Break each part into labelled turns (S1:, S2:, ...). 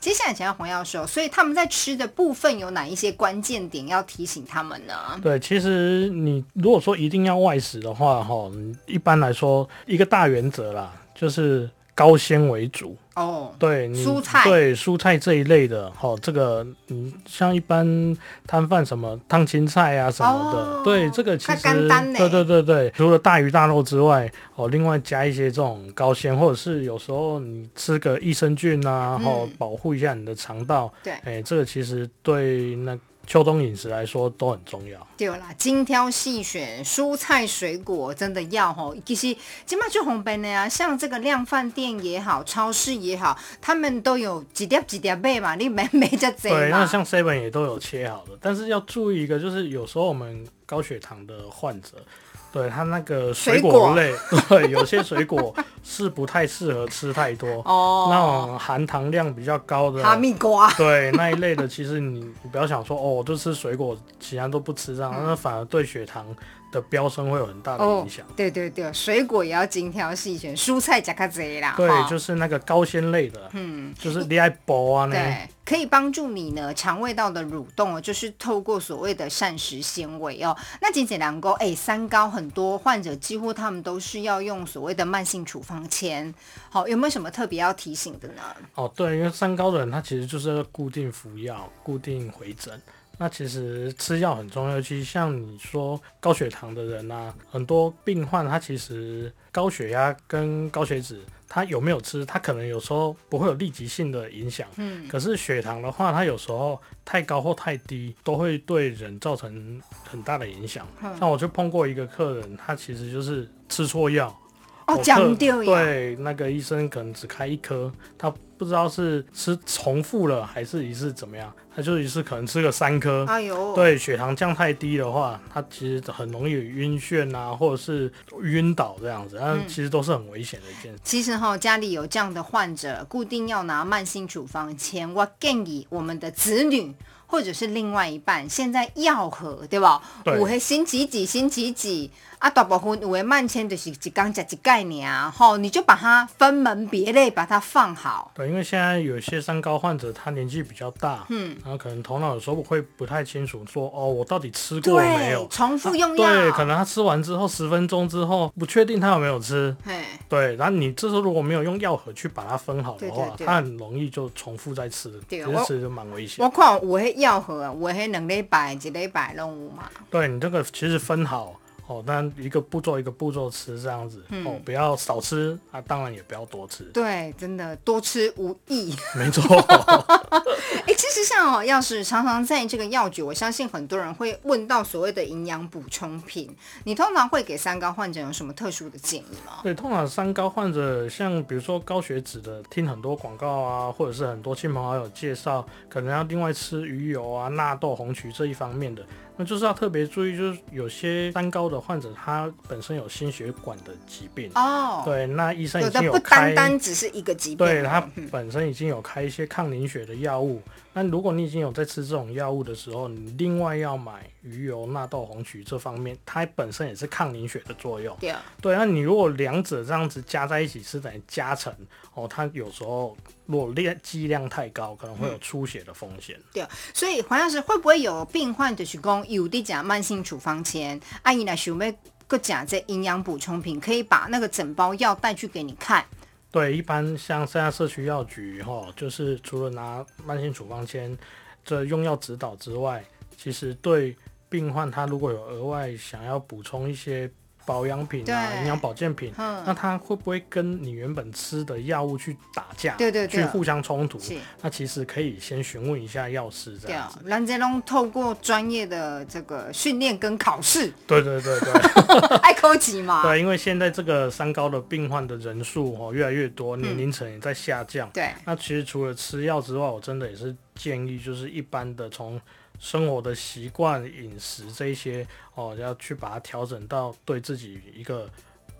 S1: 其实现在只要红药兽，所以他们在吃的部分有哪一些关键点要提醒他们呢？
S2: 对，其实你如果说一定要外食的话，哈，嗯一般来说一个大原则啦，就是高纤为主。
S1: 哦，
S2: 对，你
S1: 蔬菜
S2: 对蔬菜这一类的，好、这个嗯，像一般摊贩什么烫青菜啊什么的，
S1: 哦
S2: 对，这个其
S1: 它
S2: 实
S1: 干单呢
S2: 对对对对，除了大鱼大肉之外，哦，另外加一些这种高纤，或者是有时候你吃个益生菌啊，然后、
S1: 嗯
S2: 保护一下你的肠道，
S1: 对
S2: 哎，这个其实对那秋冬饮食来说都很重要。
S1: 对啦，精挑细选蔬菜水果真的要吼。其实今麦去红本的啊，像这个量饭店也好，超市也好，他们都有几碟几碟卖嘛，你 买买这贼
S2: 对，那
S1: 嘛。
S2: 像 Seven 也都有切好的，但是要注意一个，就是有时候我们高血糖的患者，对他那个水果类， 对有些水果是不太适合吃太多，那
S1: 哦，
S2: 种含糖量比较高的，
S1: 哈密瓜，
S2: 对那一类的，其实你你不要想说哦，我就吃水果，其他都不吃这样，那反而对血糖的飙升会有很大的
S1: 嗯哦
S2: 影响。
S1: 对对对，水果也要精挑细选，蔬菜加较贼啦。
S2: 对，
S1: 吼
S2: 就是那个高纤类的，
S1: 嗯，
S2: 就是你爱薄啊呢。
S1: 对，可以帮助你呢肠胃道的蠕动哦，就是透过所谓的膳食纤维哦。那仅仅两高，哎，三高很多患者几乎他们都是要用所谓的慢性处方签。好、有没有什么特别要提醒的呢？
S2: 哦，对，因为三高的人他其实就是要固定服药、固定回诊。那其实吃药很重要，尤其像你说高血糖的人啊，很多病患他其实高血压跟高血脂，他有没有吃，他可能有时候不会有立即性的影响。
S1: 嗯，
S2: 可是血糖的话，它有时候太高或太低，都会对人造成很大的影响。
S1: 嗯
S2: 像我就碰过一个客人，他其实就是吃错药，
S1: 哦，
S2: 我
S1: 讲
S2: 特
S1: 究呀，
S2: 对，那个医生可能只开一颗，他不知道是吃重复了还是一次怎么样，他就一次可能吃个三颗。
S1: 哎呦，，
S2: 对，血糖降太低的话，他其实很容易有晕眩啊，或者是晕倒这样子，那
S1: 嗯
S2: 其实都是很危险的一件事。
S1: 其实哈、家里有这样的患者，固定要拿慢性处方签，我建议我们的子女或者是另外一半，现在药盒对吧？
S2: 对
S1: 有迄星期几星期几啊，大部分有的慢签就是一天吃一盖尔，啊吼、你就把它分门别类，把它放好。
S2: 对，因为现在有些三高患者，他年纪比较大，
S1: 嗯，
S2: 然后可能头脑有时候会不太清楚说，哦，我到底吃过没
S1: 对
S2: 有，？啊
S1: 重复用药、
S2: 对，可能他吃完之后十分钟之后，不确定他有没有吃，
S1: 嘿，
S2: 对，然后你这时候如果没有用药盒去把它分好的
S1: 对对
S2: 话，
S1: 对
S2: 它很容易就重复再吃，
S1: 对
S2: 其
S1: 我
S2: 实吃就蛮危险。
S1: 我看有迄药盒，有迄两礼拜、一礼拜拢有嘛。
S2: 对你这个其实分好哦，但一个步骤一个步骤吃这样子、
S1: 嗯
S2: 哦，不要少吃啊，当然也不要多 吃，
S1: 对，真的多吃无益。
S2: 没错。
S1: 哎，其实像哦，要是常常在这个药局，我相信很多人会问到所谓的营养补充品，你通常会给三高患者有什么特殊的建议吗？
S2: 对，通常三高患者，像比如说高血脂的，听很多广告啊，或者是很多亲朋好友介绍，可能要另外吃鱼油啊、纳豆、红曲这一方面的，那就是要特别注意，就是有些三高的患者，他本身有心血管的疾病。
S1: 哦，
S2: 对，那医生已
S1: 有的
S2: 经
S1: 不单
S2: 开，
S1: 单只是一嗯个疾病，
S2: 对他本身已经有开一些抗凝血的药物。那如果你已经有在吃这种药物的时候，你另外要买鱼油、纳豆、红曲这方面，它本身也是抗凝血的作用。
S1: 对，哦
S2: 对，那你如果两者这样子加在一起是等于加成哦，它有时候如果量剂量太高，可能会有出血的风险。
S1: 对，哦所以黄药师会不会有病患就是讲有的讲慢性处方签，阿姨来想要个讲这营养补充品，可以把那个整包药带去给你看，
S2: 对，一般像现在社区药局哈、哦，就是除了拿慢性处方签这用药指导之外，其实对病患他如果有额外想要补充一些保养品啊、
S1: 对
S2: 营养保健品，那
S1: 嗯，
S2: 他会不会跟你原本吃的药物去打架？
S1: 对啊对对
S2: 去互相冲突？
S1: 是。
S2: 那其实可以先询问一下药师这
S1: 对哦
S2: 样子。，
S1: 咱这拢透过专业的这个训练跟考试，
S2: 对对对对。
S1: 爱抠级嘛。
S2: 对，因为现在这个三高的病患的人数哦越来越多，年龄层也在下降。
S1: 对，
S2: 那其实除了吃药之外，我真的也是建议，就是一般的从生活的习惯、饮食这一些哦，要去把它调整到对自己一个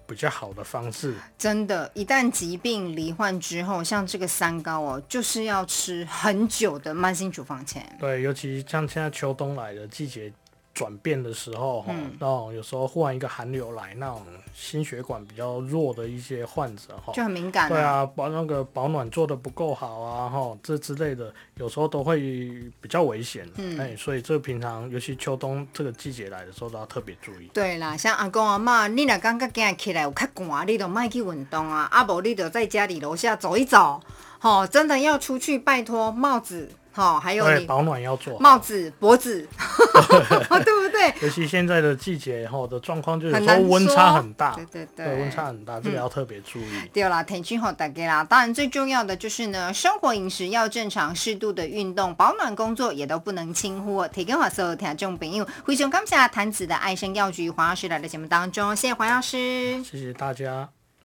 S2: 比较好的方式。
S1: 真的，一旦疾病罹患之后，像这个三高哦，就是要吃很久的慢性处方签。
S2: 对，尤其像现在秋冬来的季节。转变的时候，哈、那种有时候忽然一个寒流来，那种心血管比较弱的一些患者，哈，
S1: 就很敏感
S2: 哦对，啊，保那个保暖做的不够好啊，哈，这之类的，有时候都会比较危险。
S1: 嗯
S2: 哎，所以这平常尤其秋冬这个季节来的时候，都要特别注意。
S1: 对啦，像阿公阿嬷，你若感觉今起来有较寒，你就莫去运动啊，啊无你就在家里楼下走一走，吼、真的要出去，拜托帽子，吼、还有
S2: 对，
S1: 你
S2: 哎保暖要做好。
S1: 帽子、脖子， 对不对？
S2: 尤其现在的季节，哈的状况就有
S1: 很
S2: 时候
S1: 难
S2: 温差很大，
S1: 对对对，嗯
S2: 温差很大，这个要特别注意。
S1: 对啦，腾讯后大家啦。当然最重要的就是呢，生活饮食要正常，适度的运动，保暖工作也都不能轻忽哦。提供我所有听众朋友，啊非常感谢谭子的爱生药局黄药师来到节目当中，谢谢黄药师。
S2: 谢谢大家。